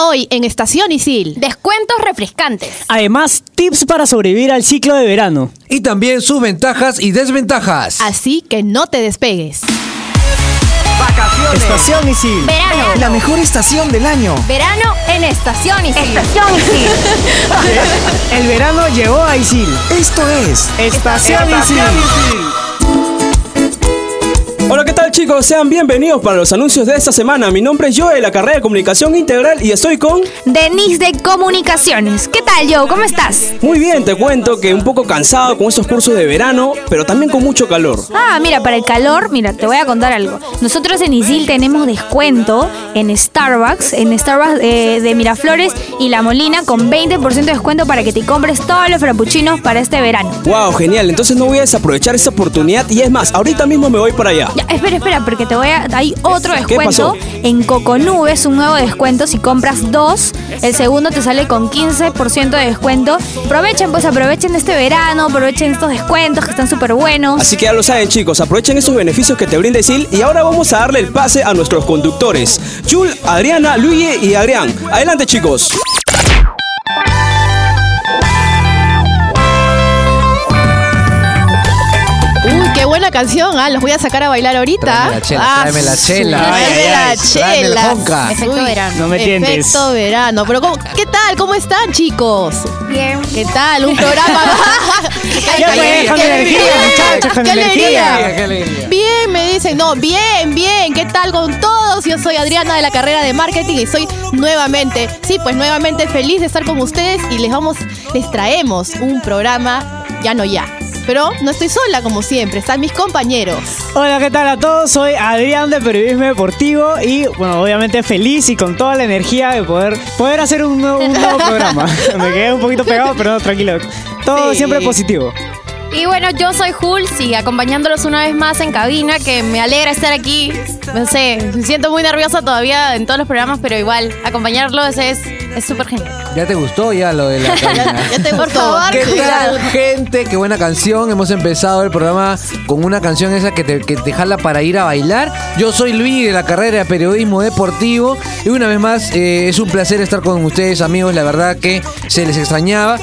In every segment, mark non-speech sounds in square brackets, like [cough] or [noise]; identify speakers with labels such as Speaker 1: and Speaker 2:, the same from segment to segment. Speaker 1: hoy en Estación Isil.
Speaker 2: Descuentos refrescantes.
Speaker 3: Además, tips para sobrevivir al ciclo de verano.
Speaker 4: Y también sus ventajas y desventajas.
Speaker 1: Así que no te despegues.
Speaker 5: Vacaciones.
Speaker 3: Estación Isil.
Speaker 2: Verano.
Speaker 5: La mejor estación del año.
Speaker 2: Verano en Estación Isil.
Speaker 6: Estación Isil.
Speaker 3: El verano llegó a Isil.
Speaker 5: Esto es.
Speaker 3: Estación Isil.
Speaker 7: Hola, ¿qué tal chicos? Sean bienvenidos para los anuncios de esta semana. Mi nombre es Joe de la carrera de Comunicación Integral y estoy con...
Speaker 2: Denise de Comunicaciones. ¿Qué tal, Joe? ¿Cómo estás?
Speaker 7: Muy bien, te cuento que un poco cansado con estos cursos de verano, pero también con mucho calor.
Speaker 2: Ah, mira, para el calor, mira, te voy a contar algo. Nosotros en Isil tenemos descuento en Starbucks, en Starbucks eh, de Miraflores y La Molina con 20% de descuento para que te compres todos los frappuccinos para este verano.
Speaker 7: Wow, genial. Entonces no voy a desaprovechar esa oportunidad y es más, ahorita mismo me voy para allá.
Speaker 2: Ya, espera, espera, porque te voy a. Hay otro
Speaker 7: ¿Qué
Speaker 2: descuento
Speaker 7: pasó?
Speaker 2: en Coconú, es un nuevo descuento. Si compras dos, el segundo te sale con 15% de descuento. Aprovechen, pues aprovechen este verano, aprovechen estos descuentos que están súper buenos.
Speaker 7: Así que ya lo saben chicos, aprovechen esos beneficios que te brinda Isil y ahora vamos a darle el pase a nuestros conductores. Jul, Adriana, Luigi y Adrián. Adelante chicos.
Speaker 1: Uy, qué buena canción. Ah, los voy a sacar a bailar ahorita.
Speaker 4: Tráeme la chela,
Speaker 1: Ah,
Speaker 4: tráeme la chela.
Speaker 1: Tráeme
Speaker 4: Ay,
Speaker 1: la
Speaker 4: ay, ay. Tráeme el
Speaker 1: chela.
Speaker 4: honka.
Speaker 2: Efecto verano.
Speaker 3: No me tientes.
Speaker 1: Efecto verano. Pero ¿cómo- ¿qué tal? ¿Cómo están, chicos?
Speaker 2: Bien.
Speaker 1: ¿Qué tal? Un programa. [laughs] Ay,
Speaker 3: Ya
Speaker 1: ay,
Speaker 3: pues,
Speaker 1: ay,
Speaker 3: con
Speaker 1: qué
Speaker 3: energía,
Speaker 1: alegría.
Speaker 3: muchachos, con
Speaker 1: ¡Qué
Speaker 3: energía.
Speaker 1: alegría! Bien, me dicen, no, bien, bien, ¿qué tal con todos? Yo soy Adriana de la carrera de marketing y soy nuevamente, sí, pues nuevamente feliz de estar con ustedes y les vamos, les traemos un programa ya no ya. Pero no estoy sola como siempre, están mis compañeros.
Speaker 3: Hola, ¿qué tal a todos? Soy Adrián de Periodismo Deportivo y, bueno, obviamente feliz y con toda la energía de poder, poder hacer un nuevo, un [laughs] nuevo programa. Me quedé un poquito pegado, pero no, tranquilo. Todo
Speaker 1: Sí.
Speaker 3: siempre positivo.
Speaker 6: Y bueno, yo soy Jules y acompañándolos una vez más en cabina, que me alegra estar aquí. No sé, me siento muy nerviosa todavía en todos los programas, pero igual, acompañarlos es es súper genial.
Speaker 4: ¿Ya te gustó ya lo de
Speaker 1: [laughs]
Speaker 4: la cabina?
Speaker 1: Ya te
Speaker 6: Por
Speaker 1: gustó.
Speaker 6: favor.
Speaker 4: ¿Qué
Speaker 6: Cuidado.
Speaker 4: tal, gente? Qué buena canción. Hemos empezado el programa con una canción esa que te, que te jala para ir a bailar. Yo soy Luis de la carrera de periodismo deportivo. Y una vez más, eh, es un placer estar con ustedes, amigos. La verdad que se les extrañaba.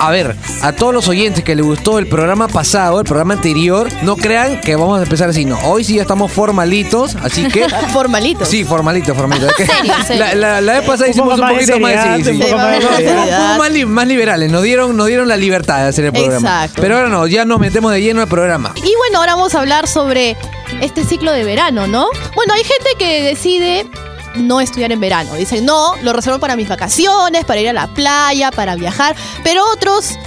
Speaker 4: A, a ver, a todos los oyentes que les gustó el programa pasado, el programa anterior, no crean que vamos a empezar así. No, hoy sí ya estamos formalitos,
Speaker 1: [laughs]
Speaker 4: así que.
Speaker 1: Formalito. Ah,
Speaker 4: Sí, formalito, formalito. Es que
Speaker 6: Serio, serio.
Speaker 4: La, la, la vez pasada
Speaker 3: Un
Speaker 4: hicimos
Speaker 3: poco
Speaker 4: un
Speaker 3: más de
Speaker 4: poquito más de
Speaker 3: seriedad,
Speaker 4: sí,
Speaker 3: un
Speaker 4: sí.
Speaker 3: poco más de
Speaker 4: Fuimos-
Speaker 3: seriedad.
Speaker 4: fuimos más, li- más liberales, nos dieron, nos dieron la libertad de hacer el programa.
Speaker 1: Exacto.
Speaker 4: Pero ahora no, ya nos metemos de lleno al programa.
Speaker 1: Y bueno, ahora vamos a hablar sobre este ciclo de verano, ¿no? Bueno, hay gente que decide no estudiar en verano. Dicen, no, lo reservo para mis vacaciones, para ir a la playa, para viajar. Pero otros,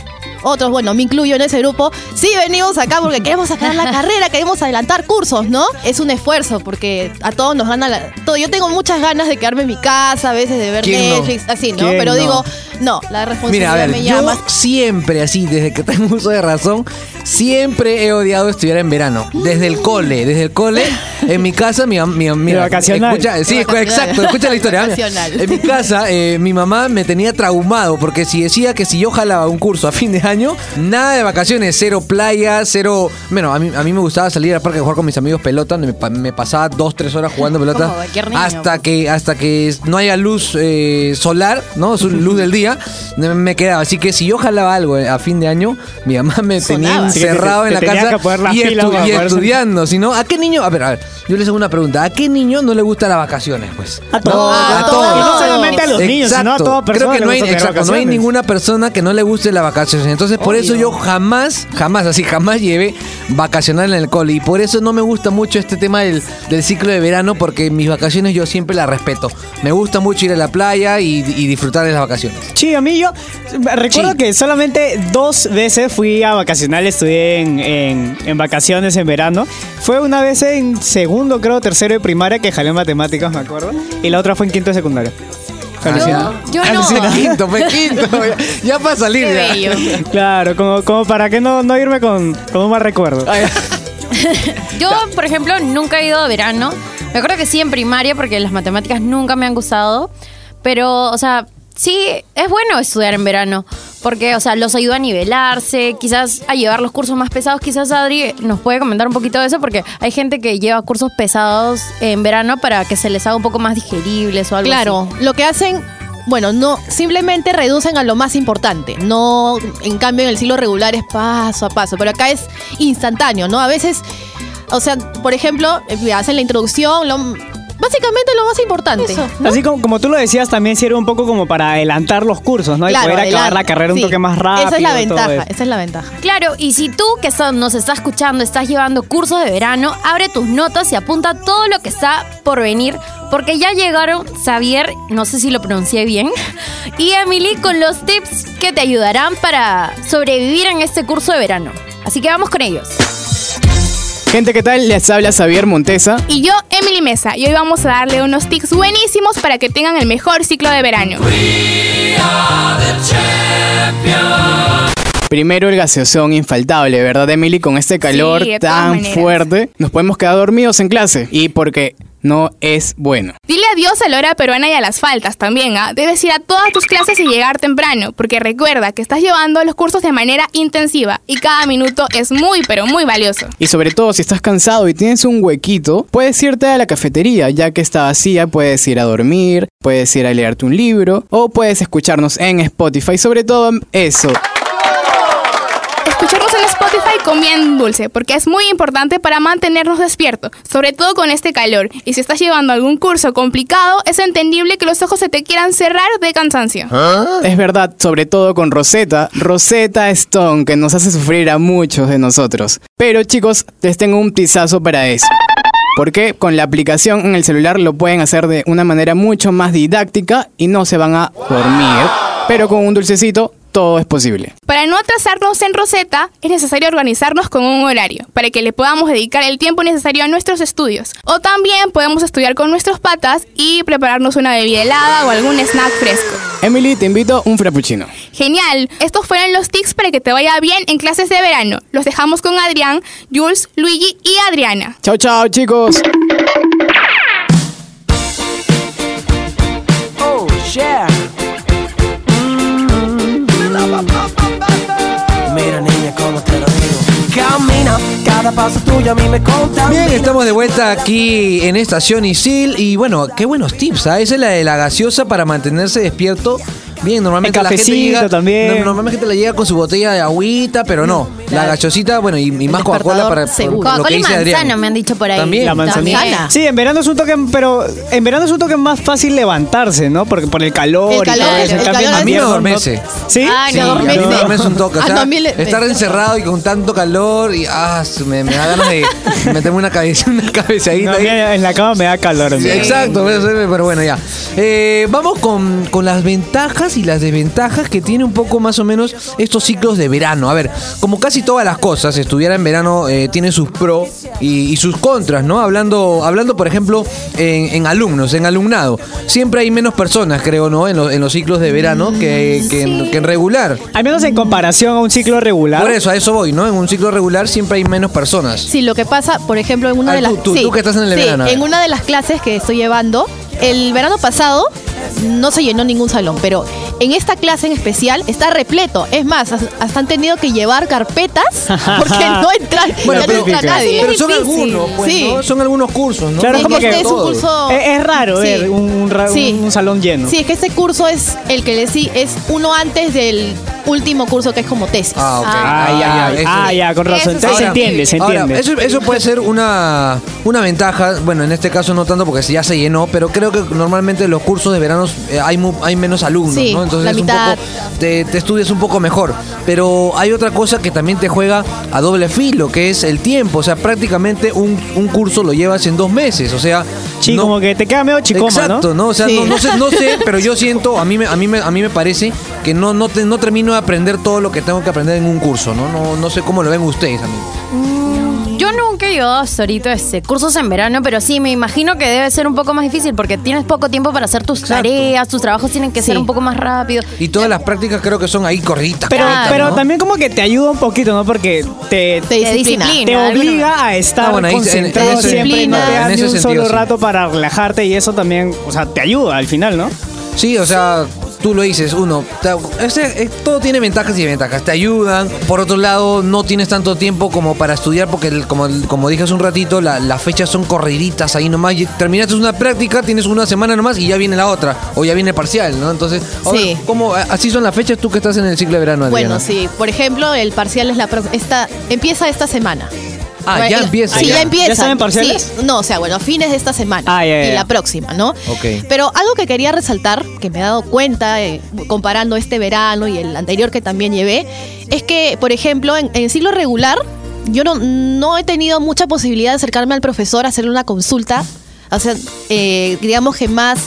Speaker 1: otros, bueno, me incluyo en ese grupo, sí venimos acá porque queremos sacar la carrera, queremos adelantar cursos, ¿no? Es un esfuerzo porque a todos nos gana la- todo. Yo tengo muchas ganas de quedarme en mi casa, a veces de ver
Speaker 4: ¿Quién no?
Speaker 1: Netflix, así, ¿no?
Speaker 3: ¿Quién
Speaker 1: Pero
Speaker 3: no?
Speaker 1: digo, no, la
Speaker 4: Mira,
Speaker 1: responsabilidad
Speaker 4: a ver,
Speaker 1: Pues me
Speaker 4: yo
Speaker 1: llama.
Speaker 4: siempre así, desde que tengo uso de razón, siempre he odiado estudiar en verano. Desde el cole, desde el cole, en mi casa, mi mam- mi mam- mira,
Speaker 3: vacacional.
Speaker 4: escucha- sí,
Speaker 1: De
Speaker 4: escu-
Speaker 1: vacacional.
Speaker 4: exacto, escucha la historia.
Speaker 1: Vacacional.
Speaker 4: En mi casa, eh, mi mamá me tenía traumado porque si decía que si yo jalaba un curso a fin de año, nada de vacaciones, cero playa, cero. Bueno, a mí, a mí me gustaba salir al parque a jugar con mis amigos pelota, me, pa- me pasaba dos, tres horas
Speaker 3: [laughs]
Speaker 4: jugando pelota
Speaker 6: Como cualquier niño,
Speaker 4: hasta
Speaker 3: pues.
Speaker 4: que hasta que no haya luz eh, solar,
Speaker 3: [laughs]
Speaker 4: ¿no? Su- Luz del día, me- me quedaba. Así que si yo jalaba algo eh, a fin de año, mi mamá me tenía
Speaker 1: Sonaba.
Speaker 3: Así que te-
Speaker 4: encerrado
Speaker 3: te
Speaker 4: en la
Speaker 3: tenías
Speaker 4: casa
Speaker 3: que poner las
Speaker 4: y,
Speaker 3: pilas
Speaker 4: estu-
Speaker 3: para
Speaker 4: y
Speaker 3: poder-
Speaker 4: estudiando. Si no, ¿a qué niño? A ver, a ver, yo les hago una pregunta. ¿A qué niño no le gustan las vacaciones, pues?
Speaker 3: A todos.
Speaker 4: a
Speaker 3: Y no
Speaker 4: todos.
Speaker 3: solamente a los niños, sino a
Speaker 4: Exacto.
Speaker 3: toda persona.
Speaker 4: Creo que
Speaker 3: le
Speaker 4: no hay,
Speaker 3: gusta tener
Speaker 4: exacto, no hay
Speaker 3: vacaciones.
Speaker 4: ninguna persona que no le guste las vacaciones. Entonces, por eso yo jamás, jamás, así jamás llevé vacacional en el cole. Y por eso no me gusta mucho este tema del, del ciclo de verano, porque mis vacaciones yo siempre las respeto. Me gusta mucho ir a la playa y, y disfrutar de las vacaciones.
Speaker 3: Sí, a mí yo recuerdo
Speaker 4: Sí.
Speaker 3: que solamente dos veces fui a vacacional, estudié en, en- en vacaciones en verano. Fue una vez en segundo, creo, tercero de primaria que jalé matemáticas, me acuerdo. Y la otra fue en quinto de secundaria. Alucina.
Speaker 6: yo no.
Speaker 3: Alucina.
Speaker 4: Quinto, pues, quinto. Ya para salir.
Speaker 6: Qué
Speaker 4: ya.
Speaker 6: bello.
Speaker 3: Claro, como, como para que no, no irme con, con un mal recuerdo.
Speaker 6: Yo, por ejemplo, nunca he ido a verano. Me acuerdo que sí en primaria, porque las matemáticas nunca me han gustado. Pero, o sea, sí, es bueno estudiar en verano. Porque, o sea, los ayuda a nivelarse, quizás a llevar los cursos más pesados. Quizás Adri nos puede comentar un poquito de eso, porque hay gente que lleva cursos pesados en verano para que se les haga un poco más digeribles o algo
Speaker 1: Claro,
Speaker 6: así.
Speaker 1: lo que hacen bueno, no, simplemente reducen a lo más importante. No, en cambio, en el siglo regular es paso a paso, pero acá es instantáneo, ¿no? A veces, o sea, por ejemplo, eh, hacen la introducción, lo- básicamente lo más importante. ¿no?
Speaker 3: Así como, como tú lo decías, también sirve un poco como para adelantar los cursos, ¿no? Y poder acabar
Speaker 1: adelante.
Speaker 3: la carrera
Speaker 1: Sí.
Speaker 3: un toque más rápido.
Speaker 1: Esa es la
Speaker 3: todo
Speaker 1: ventaja,
Speaker 3: eso.
Speaker 1: esa es la ventaja.
Speaker 6: Claro, y si tú que so- nos estás escuchando estás llevando cursos de verano, abre tus notas y apunta todo lo que está por venir, porque ya llegaron Xavier, no sé si lo pronuncié bien, [laughs] y Emily con los tips que te ayudarán para sobrevivir en este curso de verano. Así que vamos con ellos.
Speaker 8: Gente, ¿qué tal? Les habla Xavier Montesa.
Speaker 9: Y yo, Emily Mesa, y hoy vamos a darle unos tips buenísimos para que tengan el mejor ciclo de verano.
Speaker 8: Primero el gaseosón infaltable, ¿verdad, Emily? Con este calor
Speaker 9: Sí, de todas
Speaker 8: tan
Speaker 9: maneras.
Speaker 8: fuerte, nos podemos quedar dormidos en clase. Y porque no es bueno.
Speaker 9: Dile adiós a la hora peruana y a las faltas también, ¿ah? Debes ir a todas tus clases y llegar temprano, porque recuerda que estás llevando los cursos de manera intensiva y cada minuto es muy, pero muy valioso.
Speaker 8: Y sobre todo, si estás cansado y tienes un huequito, puedes irte a la cafetería, ya que está vacía, puedes ir a dormir, puedes ir a leerte un libro, o puedes escucharnos en Spotify, sobre todo eso.
Speaker 9: Escucharnos en Spotify con bien dulce, porque es muy importante para mantenernos despiertos, sobre todo con este calor. Y si estás llevando algún curso complicado, es entendible que los ojos se te quieran cerrar de cansancio.
Speaker 8: Es verdad, sobre todo con Rosetta, Rosetta Stone, que nos hace sufrir a muchos de nosotros. Pero chicos, les tengo un tizazo para eso. Porque con la aplicación en el celular lo pueden hacer de una manera mucho más didáctica y no se van a dormir. Pero con un dulcecito todo es posible.
Speaker 9: Para no atrasarnos en Rosetta, es necesario organizarnos con un horario, para que le podamos dedicar el tiempo necesario a nuestros estudios. O también podemos estudiar con nuestros patas y prepararnos una bebida helada o algún snack fresco.
Speaker 8: Emily, te invito a un frappuccino.
Speaker 9: Genial, estos fueron los tips para que te vaya bien en clases de verano. Los dejamos con Adrián, Jules, Luigi y Adriana.
Speaker 8: Chao, chao, chicos.
Speaker 5: Oh, yeah. Mm. Mira, niña, cómo te lo digo. Camina, cada paso tuyo a mí me contamina.
Speaker 4: Bien, estamos de vuelta aquí en Estación Isil y bueno, qué buenos tips, ¿ah? Esa es la de la gaseosa para mantenerse despierto. Bien, normalmente
Speaker 3: El
Speaker 4: la gente
Speaker 3: cafecito
Speaker 4: llega
Speaker 3: también.
Speaker 4: no- normalmente la llega con su botella de agüita, pero no, la gaseosita, bueno, y, y más Coca-Cola
Speaker 1: despertador
Speaker 4: para por
Speaker 1: seguro.
Speaker 4: lo
Speaker 6: Coca-Cola
Speaker 4: que
Speaker 6: y
Speaker 4: dice
Speaker 6: manzana,
Speaker 4: Adrián.
Speaker 6: me han dicho por ahí.
Speaker 4: También.
Speaker 3: La manzanita.
Speaker 1: Manzana.
Speaker 3: Sí, en verano es un toque, pero en verano es un toque más fácil levantarse, ¿no? Porque por el calor,
Speaker 1: El calor,
Speaker 3: y todo eso. En
Speaker 1: el
Speaker 3: cambio,
Speaker 1: calor
Speaker 3: en
Speaker 1: es-
Speaker 3: invierno,
Speaker 4: A mí me adormece.
Speaker 3: ¿no? ¿Sí?
Speaker 1: Ay,
Speaker 4: Sí,
Speaker 1: me
Speaker 4: a mí
Speaker 1: adormece.
Speaker 4: me adormece un
Speaker 6: [laughs]
Speaker 4: toque, o
Speaker 1: Ah,
Speaker 4: sea,
Speaker 1: no, a mí le-
Speaker 4: estar encerrado y con tanto calor y ah, se me, me da ganas de meterme una, cabeza, [laughs] una cabeceadita
Speaker 3: No, a
Speaker 4: ahí.
Speaker 3: mí en la cama me da calor. en
Speaker 4: Sí,
Speaker 3: verdad.
Speaker 4: Exacto, pero pero bueno, ya. Eh, vamos con, con las ventajas y las desventajas que tiene un poco más o menos estos ciclos de verano. A ver, como casi todas las cosas, estudiar en verano eh, tiene sus pros y, y sus contras, ¿no? Hablando, hablando por ejemplo, en, en alumnos, en alumnado. Siempre hay menos personas, creo, ¿no? En, los- en los ciclos de verano que, que en, que en regular.
Speaker 3: Al menos en comparación a un ciclo regular.
Speaker 4: Por eso, a eso voy, ¿no? En un ciclo regular siempre hay menos personas.
Speaker 1: Sí, lo que pasa, por ejemplo, en una
Speaker 4: Ah,
Speaker 1: de
Speaker 4: tú-
Speaker 1: las
Speaker 4: tú-
Speaker 1: sí,
Speaker 4: tú que estás en el
Speaker 1: sí,
Speaker 4: verano, a ver.
Speaker 1: en una de las clases que estoy llevando, el verano pasado no se llenó ningún salón, pero en esta clase en especial está repleto. Es más, has- hasta han tenido que llevar carpetas porque no entra,
Speaker 4: Bueno,
Speaker 1: ya no entra nadie.
Speaker 4: pero son algunos, pues,
Speaker 1: Sí.
Speaker 4: ¿no? Son algunos cursos, ¿no?
Speaker 3: Claro,
Speaker 1: Es
Speaker 3: como
Speaker 1: que
Speaker 3: que-
Speaker 1: este es un curso
Speaker 3: Es, es raro
Speaker 1: Sí.
Speaker 3: ver un, un ra-
Speaker 1: Sí.
Speaker 3: un- un salón lleno.
Speaker 1: Sí, es que este curso es el que le sí es uno antes del último curso que es como tesis.
Speaker 4: Ah, ok.
Speaker 3: Ah, ya,
Speaker 4: eso es.
Speaker 3: ah, ya, con razón. Entonces se
Speaker 4: Ahora-
Speaker 3: entiende, se
Speaker 4: Ahora,
Speaker 3: entiende.
Speaker 4: eso, eso puede ser una, una ventaja. Bueno, en este caso no tanto porque ya se llenó, pero creo que normalmente en los cursos de verano eh, hay, mu- hay menos alumnos,
Speaker 1: Sí,
Speaker 4: ¿no? Entonces
Speaker 1: la
Speaker 4: es un
Speaker 1: mitad.
Speaker 4: poco, te, te estudias un poco mejor. Pero hay otra cosa que también te juega a doble filo, que es el tiempo. O sea, prácticamente un, un curso lo llevas en dos meses. O sea,
Speaker 3: Sí,
Speaker 4: no-
Speaker 3: como que te queda medio chicoma,
Speaker 4: Exacto,
Speaker 3: ¿no?
Speaker 4: O sea,
Speaker 1: Sí.
Speaker 4: no, no sé, no sé, pero yo siento, a mí me, a mí me, a mí me parece que no, no, te- no termino de aprender todo lo que tengo que aprender en un curso, ¿no? No, no sé cómo lo ven ustedes, amigos.
Speaker 6: Yo nunca he llevado hasta ahorita este, cursos en verano, pero sí, me imagino que debe ser un poco más difícil porque tienes poco tiempo para hacer tus
Speaker 4: Exacto.
Speaker 6: tareas, tus trabajos tienen que
Speaker 1: Sí.
Speaker 6: ser un poco más rápido.
Speaker 4: Y todas las prácticas creo que son ahí corriditas.
Speaker 3: Pero,
Speaker 4: corriditas,
Speaker 3: pero
Speaker 4: ¿no?
Speaker 3: también como que te ayuda un poquito, ¿no? Porque te,
Speaker 1: Te disciplina.
Speaker 6: disciplina.
Speaker 3: te
Speaker 6: alguna
Speaker 3: obliga a estar
Speaker 4: Ah, bueno, ahí en- en
Speaker 3: concentrado
Speaker 1: ese-
Speaker 3: siempre y no te
Speaker 1: disciplina.
Speaker 3: da
Speaker 4: en
Speaker 3: ni
Speaker 4: ese
Speaker 3: un
Speaker 4: sentido,
Speaker 3: solo
Speaker 4: sí.
Speaker 3: rato para relajarte y eso también, o sea, te ayuda al final, ¿no?
Speaker 4: Sí, o sea, tú lo dices, uno, ta- este- eh, todo tiene ventajas y ventajas, te ayudan, por otro lado, no tienes tanto tiempo como para estudiar, porque el- como, el- como dije hace un ratito, la- las fechas son corriditas ahí nomás, y terminaste una práctica, tienes una semana nomás y ya viene la otra, o ya viene parcial, ¿no? Entonces, ahora,
Speaker 1: Sí.
Speaker 4: ¿cómo, a- así son las fechas tú que estás en el ciclo de verano, Adriana?
Speaker 1: Bueno, sí. Por ejemplo, el parcial es la pro- esta empieza esta semana.
Speaker 4: Ah,
Speaker 1: Bueno,
Speaker 4: ya
Speaker 1: el-
Speaker 4: empieza.
Speaker 1: Sí,
Speaker 4: Ah,
Speaker 1: ya,
Speaker 4: ya.
Speaker 1: empieza.
Speaker 3: ¿Ya saben parciales?
Speaker 1: Sí, no, o sea, bueno, fines de esta semana
Speaker 3: Ah, ya, ya,
Speaker 1: y
Speaker 3: ya.
Speaker 1: la próxima, ¿no?
Speaker 4: Ok.
Speaker 1: Pero algo que quería resaltar, que me he dado cuenta eh, comparando este verano y el anterior que también llevé, es que, por ejemplo, en, en ciclo regular, yo no, no he tenido mucha posibilidad de acercarme al profesor, hacerle una consulta. O sea, eh, digamos que más.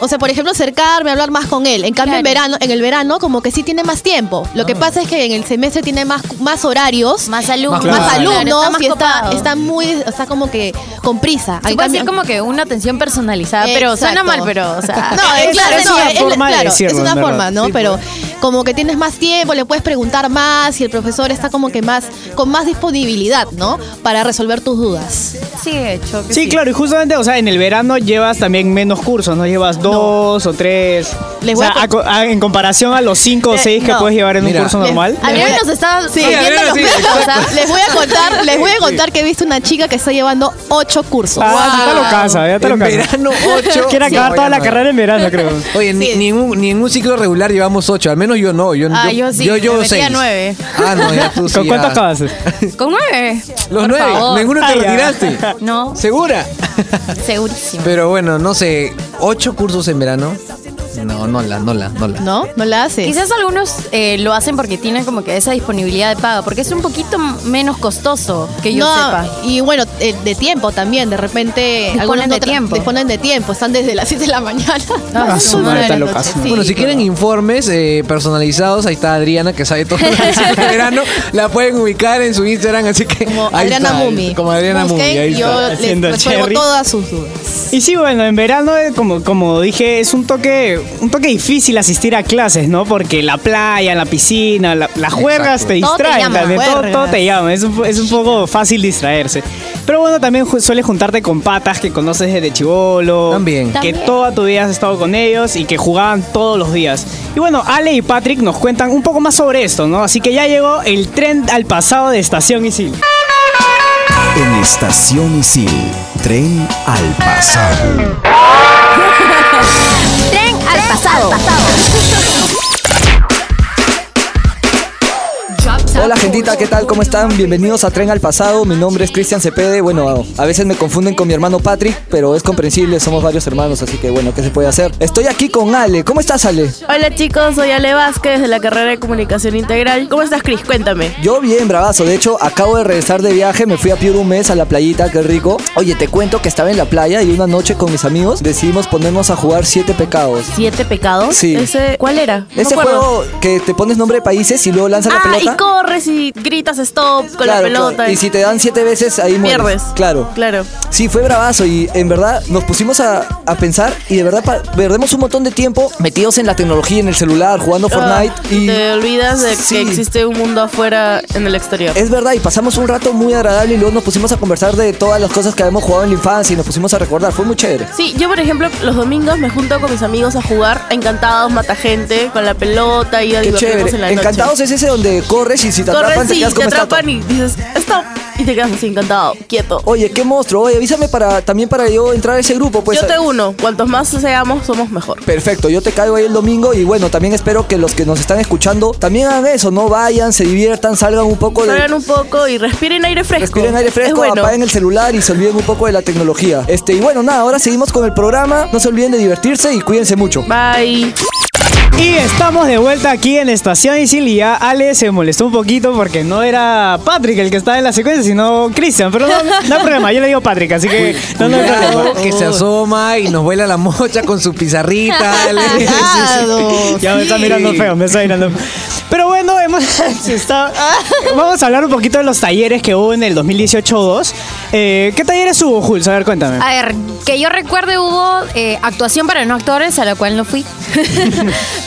Speaker 1: O sea, por ejemplo, acercarme, hablar más con él. En cambio, en verano, en el verano, como que sí tiene más tiempo. Lo que
Speaker 4: Ah.
Speaker 1: pasa es que en el semestre tiene más, más horarios
Speaker 6: Más alumnos.
Speaker 3: Claro.
Speaker 1: más alumnos
Speaker 6: Claro, está más
Speaker 1: y está,
Speaker 6: copado.
Speaker 1: está muy, está como que con prisa.
Speaker 6: Se
Speaker 1: En
Speaker 6: puede
Speaker 1: cambio-
Speaker 6: decir como que una atención personalizada, pero suena
Speaker 1: Exacto.
Speaker 6: mal, pero, o [laughs]
Speaker 1: [laughs]
Speaker 6: sea.
Speaker 1: No, es,
Speaker 3: es-
Speaker 1: claro,
Speaker 3: es
Speaker 1: no,
Speaker 3: una
Speaker 1: es-
Speaker 3: forma de
Speaker 1: claro,
Speaker 3: decirlo,
Speaker 1: es una
Speaker 3: en verdad.
Speaker 1: forma, ¿no?
Speaker 3: Sí, pues.
Speaker 1: pero como que tienes más tiempo, le puedes preguntar más y el profesor está como que más con más disponibilidad, ¿no? Para resolver tus dudas.
Speaker 6: sí, de hecho. que
Speaker 3: Sí, claro, y justamente, o sea, en el verano llevas también menos cursos, ¿no? Llevas dos o tres.
Speaker 1: Les
Speaker 3: o
Speaker 1: voy
Speaker 3: sea,
Speaker 1: a
Speaker 3: a co- a- en comparación a los cinco o
Speaker 1: Eh,
Speaker 3: seis que
Speaker 1: no.
Speaker 3: puedes llevar en
Speaker 4: Mira.
Speaker 3: un curso normal.
Speaker 6: Adrián nos está
Speaker 1: Sí,
Speaker 6: rompiendo
Speaker 4: Adriana,
Speaker 6: los
Speaker 4: sí,
Speaker 6: platos,
Speaker 4: exacto.
Speaker 6: o sea,
Speaker 1: Les voy a contar, les voy a contar que he visto una chica que está llevando ocho cursos.
Speaker 3: [laughs] Ah, ya te lo casa, ya te lo
Speaker 4: En
Speaker 3: casa.
Speaker 4: verano 8.
Speaker 3: [laughs] Quiere acabar toda la carrera en verano, creo.
Speaker 4: Oye, ni, ni en un, ni en un ciclo regular llevamos 8, al menos yo no. Yo,
Speaker 6: Ah, yo sí,
Speaker 4: Yo,
Speaker 6: me metí a
Speaker 4: seis.
Speaker 6: nueve.
Speaker 4: Ah, no, ya
Speaker 3: [laughs]
Speaker 4: tú sí.
Speaker 3: ¿Con cuánto
Speaker 4: ya.
Speaker 3: acabas?
Speaker 6: Con nueve.
Speaker 4: Los
Speaker 6: Por
Speaker 4: nueve.
Speaker 6: favor.
Speaker 4: Ninguno te
Speaker 3: Ah, ya.
Speaker 4: retiraste. [laughs]
Speaker 6: No,
Speaker 4: ¿Segura?
Speaker 6: segurísimo.
Speaker 4: Pero bueno, no sé. ¿Ocho cursos en verano? No, no la, no la, no la.
Speaker 1: ¿No? No la hace.
Speaker 6: Quizás algunos eh, lo hacen porque tienen como que esa disponibilidad de pago, porque es un poquito m- menos costoso que yo
Speaker 1: No,
Speaker 6: sepa.
Speaker 1: Y bueno, eh, de tiempo también, de repente.
Speaker 6: Disponen
Speaker 1: algunos no
Speaker 6: de
Speaker 1: tra-
Speaker 6: tiempo.
Speaker 1: Disponen de tiempo, están desde las [laughs] 7 de la mañana.
Speaker 6: Ah, su
Speaker 1: Una
Speaker 3: madre,
Speaker 1: de
Speaker 3: está
Speaker 1: la
Speaker 3: loca,
Speaker 1: noche,
Speaker 3: su madre.
Speaker 4: Bueno, si quieren informes eh, personalizados, ahí está Adriana, que sabe todo [laughs] del ciclo de verano. La pueden ubicar en su Instagram, así que.
Speaker 1: Como
Speaker 4: ahí
Speaker 1: Adriana
Speaker 4: está,
Speaker 1: Mumi.
Speaker 4: Como Adriana
Speaker 1: Busquen,
Speaker 4: Mumi, ahí
Speaker 1: Yo
Speaker 4: está.
Speaker 1: les
Speaker 3: Haciendo
Speaker 1: resuelvo
Speaker 3: cherry.
Speaker 1: todas sus dudas.
Speaker 3: Y sí, bueno, en verano, eh, como, como dije, es un toque, un toque difícil asistir a clases, ¿no? Porque la playa, la piscina, la- las juergas te
Speaker 6: Todo te
Speaker 3: distraen,
Speaker 6: llama,
Speaker 3: también, todo,
Speaker 1: juergas.
Speaker 3: todo te llama, es un, po- es un poco fácil distraerse. Pero bueno, también ju- sueles juntarte con patas que conoces desde chivolo.
Speaker 4: También.
Speaker 3: Que
Speaker 6: También.
Speaker 3: toda tu vida has estado con ellos y que jugaban todos los días. Y bueno, Ale y Patrick nos cuentan un poco más sobre esto, ¿no? Así que ya llegó el tren al pasado de Estación Isil.
Speaker 10: En Estación Isil, tren al pasado.
Speaker 2: Tren al pasado.
Speaker 5: Hola gentita, ¿qué tal? ¿Cómo están? Bienvenidos a Tren al Pasado, mi nombre es Cristian Cepede, bueno, a veces me confunden con mi hermano Patrick, pero es comprensible, somos varios hermanos, así que bueno, ¿qué se puede hacer? Estoy aquí con Ale, ¿cómo estás Ale?
Speaker 11: Hola chicos, soy Ale Vázquez de la carrera de Comunicación Integral. ¿Cómo estás, Cris? Cuéntame.
Speaker 5: Yo bien, bravazo. De hecho, acabo de regresar de viaje, me fui a Piura un mes a la playita, qué rico. Oye, te cuento que estaba en la playa y una noche con mis amigos decidimos ponernos a jugar Siete Pecados.
Speaker 11: ¿Siete pecados?
Speaker 5: Sí.
Speaker 11: Ese- ¿Cuál era? No
Speaker 5: Este
Speaker 11: me acuerdo.
Speaker 5: juego que te pones nombre de países y luego lanzas
Speaker 11: Ah,
Speaker 5: la pelota.
Speaker 11: y corres y gritas stop con
Speaker 5: Claro,
Speaker 11: la pelota.
Speaker 5: claro. Y si te dan siete veces, ahí mueres.
Speaker 11: Pierdes.
Speaker 5: Claro.
Speaker 11: Claro.
Speaker 5: Sí, fue bravazo y en verdad nos pusimos a, a pensar y de verdad pa- perdemos un montón de tiempo metidos en la tecnología, en el celular, jugando Fortnite
Speaker 11: Ah,
Speaker 5: y...
Speaker 11: Te olvidas de
Speaker 5: Sí.
Speaker 11: que existe un mundo afuera en el exterior.
Speaker 5: Es verdad, y pasamos un rato muy agradable y luego nos pusimos a conversar de todas las cosas que habíamos jugado en la infancia y nos pusimos a recordar. Fue muy chévere.
Speaker 11: Sí, yo por ejemplo los domingos me junto con mis amigos a jugar a Encantados, Mata Gente, con la pelota y a
Speaker 5: Qué
Speaker 11: divertirnos
Speaker 5: chévere.
Speaker 11: en la
Speaker 5: Encantados
Speaker 11: noche.
Speaker 5: es ese donde corres y si te
Speaker 11: Corres
Speaker 5: atrapan te
Speaker 11: sí,
Speaker 5: quedas
Speaker 11: te
Speaker 5: como estatua.
Speaker 11: atrapan y dices stop y te quedas así encantado, quieto.
Speaker 5: Oye, qué monstruo. Oye, avísame para también para yo entrar a ese grupo. Pues,
Speaker 11: yo te uno, cuantos más seamos, somos mejor.
Speaker 5: Perfecto, yo te caigo ahí el domingo y bueno, también espero que los que nos están escuchando también hagan eso, no vayan, se diviertan, salgan un poco de...
Speaker 11: Salgan un poco y respiren aire fresco.
Speaker 5: Respiren aire fresco,
Speaker 11: Es bueno.
Speaker 5: apaguen el celular y se olviden un poco de la tecnología. Este, y bueno, nada, ahora seguimos con el programa. No se olviden de divertirse y cuídense mucho.
Speaker 11: Bye.
Speaker 3: Y estamos de vuelta aquí en Estación Isil y ya Ale se molestó un poquito porque no era Patrick el que estaba en la secuencia, sino Cristian. Pero no, no hay problema, yo le digo Patrick, así que no, Oh. no hay
Speaker 4: Cuidado,
Speaker 3: problema.
Speaker 4: que se asoma y nos vuela la mocha con su pizarrita. Ale. Sí, sí, sí.
Speaker 3: Ya me está
Speaker 4: Sí.
Speaker 3: mirando feo, me está mirando. Pero bueno, hemos [laughs] se está- vamos a hablar un poquito de los talleres que hubo en el 2018-2. Eh, ¿Qué talleres hubo, Jules? A ver, cuéntame.
Speaker 6: A ver, que yo recuerde hubo eh, actuación para no actores, a la cual no fui. [laughs]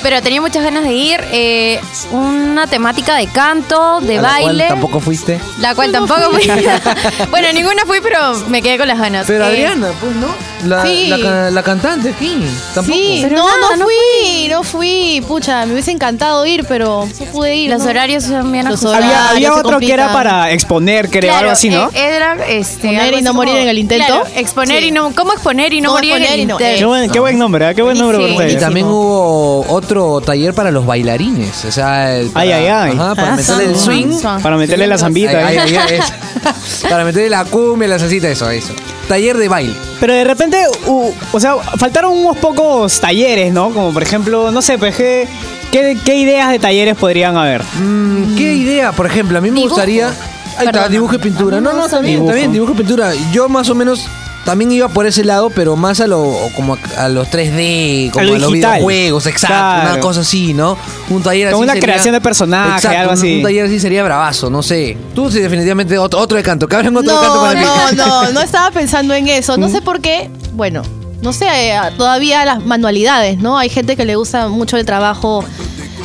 Speaker 6: Pero tenía muchas ganas de ir. eh, una temática de canto, de
Speaker 4: A la cual
Speaker 6: baile.
Speaker 4: Tampoco fuiste.
Speaker 6: La cual tampoco fui. [laughs] bueno, ninguna fui, pero me quedé con las ganas.
Speaker 4: Pero
Speaker 6: Eh,
Speaker 4: Adriana, pues no. La,
Speaker 1: sí.
Speaker 4: la ca- la cantante, sí. Tampoco.
Speaker 1: Sí,
Speaker 6: Pero
Speaker 1: no,
Speaker 6: nada,
Speaker 1: no
Speaker 6: no
Speaker 1: fui, no fui, fui, pucha, me hubiese encantado ir, pero no pude ir.
Speaker 6: Los horarios son bien
Speaker 1: Los
Speaker 6: ajustados.
Speaker 1: horarios
Speaker 3: Había, había
Speaker 1: se
Speaker 3: otro que era
Speaker 1: complican.
Speaker 3: para exponer, creo,
Speaker 6: Claro,
Speaker 3: algo así, ¿no?
Speaker 6: eh, era, este,
Speaker 1: Poner
Speaker 6: algo
Speaker 1: y
Speaker 6: así
Speaker 1: no morir
Speaker 6: como-
Speaker 1: en el intento.
Speaker 6: Claro, exponer y no. ¿Cómo exponer y no
Speaker 1: ¿Cómo
Speaker 6: morir en el
Speaker 1: exponer y no-
Speaker 6: intento?
Speaker 3: qué, buen, qué buen nombre, ¿eh? qué buen nombre,
Speaker 6: Buenísimo.
Speaker 3: Ortega.
Speaker 4: Ah. Y también hubo otro taller para los bailarines. O sea, el- para,
Speaker 3: Ay, ay, ay.
Speaker 4: ajá, para
Speaker 1: Ah,
Speaker 4: meterle el
Speaker 1: son-
Speaker 4: swing.
Speaker 1: son-
Speaker 3: Para meterle la zambita.
Speaker 4: Ay,
Speaker 3: ¿eh?
Speaker 4: ay,
Speaker 3: [laughs]
Speaker 4: ay, es- para meterle la cumbia, la salsita, eso, eso. Taller de baile.
Speaker 3: Pero de repente, u- o sea, faltaron unos pocos talleres, ¿no? Como por ejemplo, no sé, pues, ¿qué, qué, qué ideas de talleres podrían haber?
Speaker 4: Mm, ¿Qué idea? Por ejemplo, a mí me
Speaker 6: Dibujo.
Speaker 4: gustaría. Ahí está,
Speaker 6: Perdóname.
Speaker 4: dibujo y pintura. No, no, está bien,
Speaker 3: Dibujo.
Speaker 4: está bien, dibujo y pintura. Yo más o menos también iba por ese lado, pero más a lo como a, a los 3D, como
Speaker 3: A
Speaker 4: a,
Speaker 3: lo
Speaker 4: los
Speaker 3: digital.
Speaker 4: videojuegos, exacto,
Speaker 3: Claro.
Speaker 4: una cosa así, ¿no? Un taller
Speaker 3: Con
Speaker 4: así.
Speaker 3: una
Speaker 4: sería-
Speaker 3: creación de personaje,
Speaker 4: exacto,
Speaker 3: algo
Speaker 4: un-
Speaker 3: así.
Speaker 4: Un taller así sería bravazo, no sé. Tú sí, definitivamente otro, otro de canto, que abran otro de canto
Speaker 1: No,
Speaker 4: para mí. Mm.
Speaker 1: no,
Speaker 4: [laughs]
Speaker 1: no, no estaba pensando en eso. No sé por qué, bueno, no sé, eh, todavía las manualidades, ¿no? Hay gente que le gusta mucho el trabajo,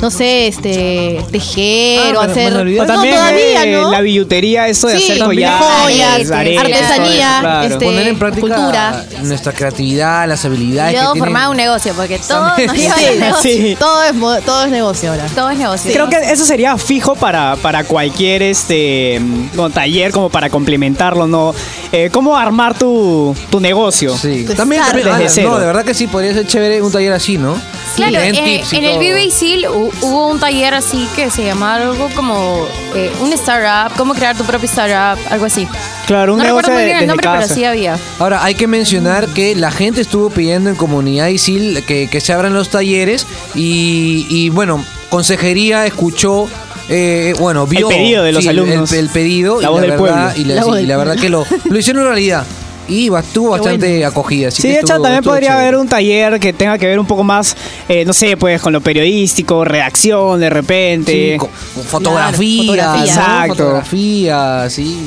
Speaker 1: no sé, este, tejer o
Speaker 4: Ah,
Speaker 1: hacer...
Speaker 4: manualidades.
Speaker 1: Pues No,
Speaker 3: O también
Speaker 1: todavía,
Speaker 3: eh,
Speaker 1: ¿no? [laughs]
Speaker 3: la billutería, eso de
Speaker 1: Sí,
Speaker 3: hacer
Speaker 1: también.
Speaker 3: collares,
Speaker 1: Joyas,
Speaker 3: aretes,
Speaker 1: artesanía,
Speaker 3: todo eso, claro.
Speaker 1: este-
Speaker 4: Poner en práctica
Speaker 1: cultura.
Speaker 4: nuestra creatividad, las habilidades
Speaker 6: Yo
Speaker 4: que tienen.
Speaker 6: formaba un negocio porque todo
Speaker 4: [laughs]
Speaker 6: [laughs] nos lleva
Speaker 3: Sí,
Speaker 6: al negocio.
Speaker 3: sí.
Speaker 1: Todo es, mo- todo es negocio ahora.
Speaker 6: Todo es negocio.
Speaker 3: Creo que eso sería fijo para, para cualquier este mm, como taller, como para complementarlo, ¿no? Eh, ¿Cómo armar tu, tu negocio?
Speaker 4: Sí.
Speaker 1: Pues
Speaker 4: También,
Speaker 1: claro.
Speaker 4: también- ah,
Speaker 3: Desde cero.
Speaker 4: no, de verdad que sí, podría ser chévere un taller así, ¿no?
Speaker 6: Claro,
Speaker 4: Que den
Speaker 6: eh,
Speaker 4: tips y
Speaker 6: en el
Speaker 4: todo.
Speaker 6: BBC hu- hubo un taller así que se llamaba algo como eh, un startup, cómo crear tu propio startup, algo así.
Speaker 3: Claro, un
Speaker 6: no
Speaker 3: negocio
Speaker 6: recuerdo muy
Speaker 3: de-
Speaker 6: bien
Speaker 3: desde
Speaker 6: el nombre,
Speaker 3: casa.
Speaker 6: pero sí había.
Speaker 4: Ahora, hay que mencionar que la gente estuvo pidiendo en comunidad ISIL que, que se abran los talleres y, y, bueno, consejería escuchó. eh, bueno, vio
Speaker 3: pedido de los
Speaker 4: sí, el-
Speaker 3: alumnos.
Speaker 4: El, el pedido
Speaker 3: La
Speaker 4: y,
Speaker 3: voz
Speaker 4: la
Speaker 3: del
Speaker 4: verdad,
Speaker 3: pueblo.
Speaker 4: y, la,
Speaker 1: La
Speaker 4: sí,
Speaker 1: voz
Speaker 4: y la
Speaker 1: del
Speaker 4: verdad que lo,
Speaker 3: [laughs]
Speaker 4: lo hicieron realidad. Y va- estuvo bastante acogida. así
Speaker 3: Sí,
Speaker 4: que
Speaker 3: de hecho,
Speaker 4: estuvo-
Speaker 3: también
Speaker 4: estuvo
Speaker 3: podría
Speaker 4: chévere.
Speaker 3: haber un taller que tenga que ver un poco más, eh, no sé, pues con lo periodístico, redacción de repente. Ah,
Speaker 4: Sí, con- con fotografía,
Speaker 1: fotografía.
Speaker 4: ¿no?
Speaker 3: Exacto.
Speaker 4: Fotografía, sí.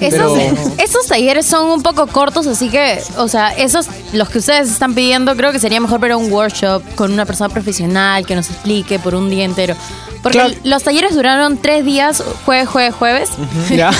Speaker 6: Esos,
Speaker 3: [laughs]
Speaker 4: Pero-
Speaker 6: esos talleres son un poco cortos, así que, o sea, esos, los que ustedes están pidiendo, creo que sería mejor ver un workshop con una persona profesional que nos explique por un día entero. Porque
Speaker 3: Claro.
Speaker 6: los talleres duraron tres días, jueves, jueves, jueves.
Speaker 4: [laughs]
Speaker 3: Ya.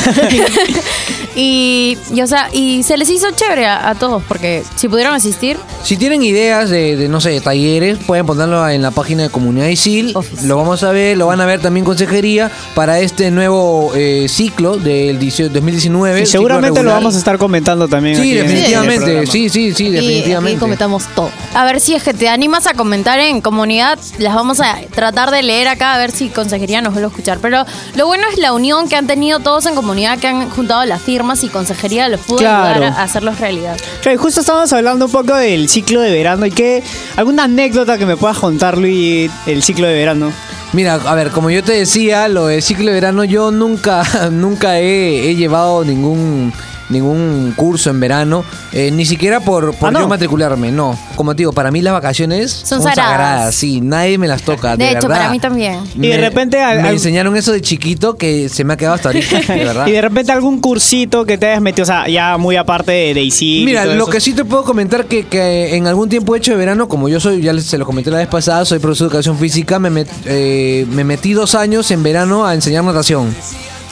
Speaker 6: [laughs] y, y, o sea, y se les hizo chévere a, a todos, porque si pudieron asistir,
Speaker 4: Si tienen ideas de, de, no sé, de talleres, pueden ponerlo en la página de Comunidad Isil. Lo vamos a ver, lo van a ver también Consejería para este nuevo eh, ciclo del 18 2019.
Speaker 3: Y
Speaker 4: ciclo
Speaker 3: seguramente lo
Speaker 4: regular.
Speaker 3: vamos a estar comentando también.
Speaker 4: Sí,
Speaker 3: aquí en el
Speaker 4: definitivamente.
Speaker 3: programa.
Speaker 4: Sí, sí, sí,
Speaker 1: Y aquí
Speaker 4: definitivamente.
Speaker 1: comentamos todo.
Speaker 6: a ver si es que te animas a comentar en comunidad, las vamos a tratar de leer acá, a ver si consejería nos vuelve a escuchar. Pero lo bueno es la unión que han tenido todos en comunidad, que han juntado las firmas y consejería los pudo
Speaker 3: Claro.
Speaker 6: ayudar a hacerlos realidad.
Speaker 3: Claro, y justo estábamos hablando un poco del ciclo de verano y que alguna anécdota que me puedas contar, Luis, el ciclo de verano.
Speaker 4: Mira, a ver, como yo te decía, lo del ciclo de verano, yo nunca, [laughs] nunca he, he llevado ningún ningún curso en verano, eh, ni siquiera por, por
Speaker 3: Ah, no.
Speaker 4: yo matricularme, no. Como te digo, para mí las vacaciones
Speaker 6: Son
Speaker 4: son,
Speaker 6: sagradas.
Speaker 4: sagradas. sí, nadie me las toca.
Speaker 3: Ah,
Speaker 6: De hecho,
Speaker 4: verdad.
Speaker 6: para mí también.
Speaker 3: Y de repente al-
Speaker 4: me
Speaker 3: al-
Speaker 4: enseñaron eso de chiquito que se me ha quedado
Speaker 3: [laughs]
Speaker 4: hasta ahorita, de verdad.
Speaker 3: Y de repente algún cursito que te hayas metido, o sea, ya muy aparte de, de ISIL y
Speaker 4: Mira,
Speaker 3: todo
Speaker 4: lo
Speaker 3: eso.
Speaker 4: que sí te puedo comentar que, que en algún tiempo hecho de verano, como yo soy, ya les- se lo comenté la vez pasada, soy profesor de educación física, me, met- eh, me metí dos años en verano a enseñar natación.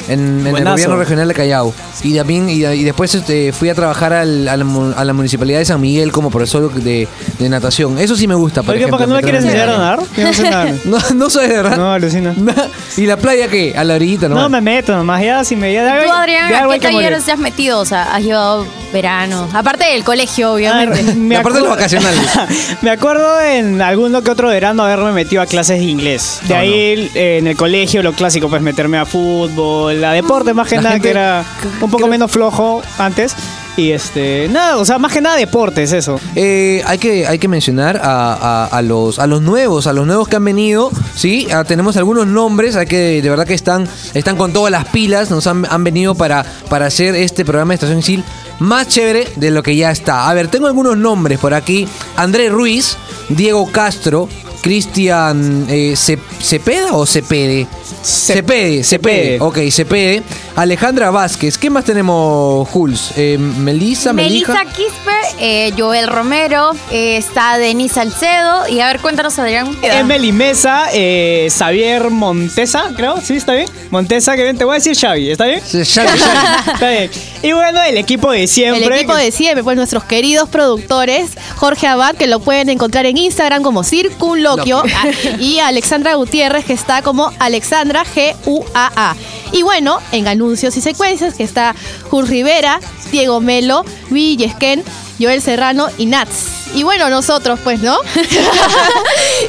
Speaker 4: En, en el
Speaker 3: Buenazo.
Speaker 4: gobierno regional de Callao. Y también, y, y después este, fui a trabajar al- a, la, mu- a la municipalidad de San Miguel como profesor de, de natación. Eso sí me gusta. Por
Speaker 3: ¿Por qué?
Speaker 4: ejemplo,
Speaker 3: ¿Por qué no me
Speaker 4: meterme
Speaker 3: quieres
Speaker 4: en
Speaker 3: enseñar a
Speaker 4: verano.
Speaker 3: nadar? Yo no sé nadar.
Speaker 4: [laughs] No, no soy de verdad.
Speaker 3: No, alucina.
Speaker 4: [laughs] ¿Y la playa qué? A la orillita, ¿no?
Speaker 3: No me meto nomás, ya si me... Ya,
Speaker 6: Tú,
Speaker 3: ya-
Speaker 6: Adrián,
Speaker 3: ya
Speaker 6: ¿a
Speaker 3: algo
Speaker 6: qué
Speaker 3: hay que morir.
Speaker 6: talleres te has metido? O sea, has llevado verano. Aparte del colegio,
Speaker 3: Ah,
Speaker 6: obviamente.
Speaker 3: me
Speaker 4: Y
Speaker 3: acuerdo-
Speaker 4: aparte los vacacionales.
Speaker 3: [laughs] me acuerdo en alguno que otro verano haberme metido a clases de inglés. De
Speaker 4: No,
Speaker 3: ahí eh, en el colegio lo clásico, pues meterme a fútbol, a deporte más que
Speaker 4: Mm. La
Speaker 3: nada,
Speaker 4: gente-
Speaker 3: que era un poco menos flojo antes. Y este, nada, o sea, más que nada deportes, eso.
Speaker 4: Eh, hay, que, hay que mencionar a, a- a los, a los nuevos, a los nuevos que han venido, ¿sí? Ah, tenemos algunos nombres, hay que, de verdad que están, están con todas las pilas, nos han, han venido para, para hacer este programa de Estación Isil más chévere de lo que ya está. A ver, tengo algunos nombres por aquí. Andrés Ruiz, Diego Castro, Cristian eh, Ce- Cepeda o Cepede? Cepede, Cepede.
Speaker 3: Cepede.
Speaker 4: Ok, Cepede. Alejandra Vázquez. ¿Qué más tenemos, Jules? Eh, Melissa, Melija.
Speaker 6: Melissa Quisper, eh, Joel Romero, eh, está Denise Salcedo. Y a ver, cuéntanos, Adrián.
Speaker 3: Emily Mesa, eh, Xavier Montesa, creo, sí, está bien. Montesa, que bien, te voy a decir Xavi, ¿está bien?
Speaker 4: Sí, Xavi,
Speaker 3: Xavi. [laughs] está bien. Y bueno, el equipo de siempre.
Speaker 1: El equipo
Speaker 3: que-
Speaker 1: de siempre, pues nuestros queridos productores, Jorge Abad, que lo pueden encontrar en Instagram como Circunloquio, a- [laughs] y Alexandra Gutiérrez, que está como Alexandra G-U-A-A. Y bueno, en anuncios y secuencias, que está Jul Rivera, Diego Melo, Villesquen, Joel Serrano y Nats. Y bueno, nosotros, pues, ¿no? [laughs]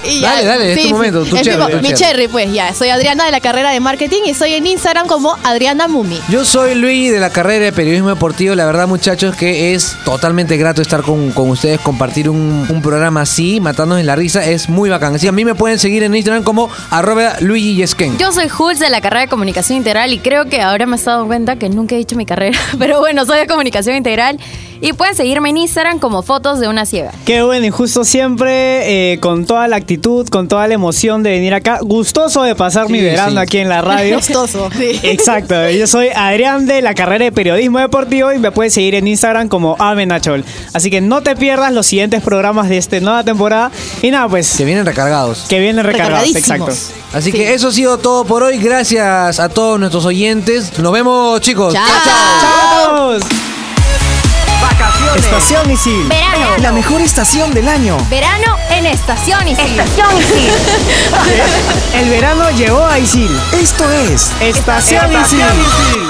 Speaker 1: Y
Speaker 4: Dale, dale, es tu momento, tu
Speaker 1: Es mi
Speaker 4: cherry,
Speaker 1: mo-
Speaker 4: tu
Speaker 1: mi
Speaker 4: cherry.
Speaker 1: cherry, pues ya. Soy Adriana de la carrera de marketing y estoy en Instagram como Adriana Mumi.
Speaker 4: Yo soy Luis de la carrera de periodismo deportivo. La verdad, muchachos, que es totalmente grato estar con, con ustedes, compartir un, un programa así, matándonos en la risa. Es muy bacán. Así, a mí me pueden seguir en Instagram como arroba Luigi Yesken.
Speaker 6: Yo soy Jules de la carrera de Comunicación Integral y creo que ahora me he dado cuenta que nunca he dicho mi carrera, [laughs] pero bueno, soy de Comunicación Integral y pueden seguirme en Instagram como Fotos de una Ciega.
Speaker 3: Qué bueno, y justo siempre eh, con toda la actitud, con toda la emoción de venir acá. Gustoso de pasar mi
Speaker 4: Sí,
Speaker 3: verano
Speaker 4: sí.
Speaker 3: aquí en
Speaker 1: [laughs]
Speaker 3: la radio.
Speaker 1: Gustoso.
Speaker 4: [laughs]
Speaker 3: Exacto, yo soy Adrián de la carrera de periodismo deportivo y me puedes seguir en Instagram como Amenachol. Así que no te pierdas los siguientes programas de esta nueva temporada. Y nada, pues
Speaker 4: Que vienen recargados.
Speaker 3: que vienen recargados.
Speaker 1: Recargadísimos.
Speaker 3: Exacto.
Speaker 4: Así que eso ha sido todo por hoy. Gracias a todos nuestros oyentes. Nos vemos, chicos.
Speaker 3: ¡Chao!
Speaker 10: Vacaciones.
Speaker 3: Estación Isil.
Speaker 6: Verano.
Speaker 10: La mejor estación del año.
Speaker 6: Verano en Estación Isil.
Speaker 3: El verano llegó a Isil.
Speaker 10: Esto es
Speaker 3: Estación, Isil.
Speaker 10: Estación Isil.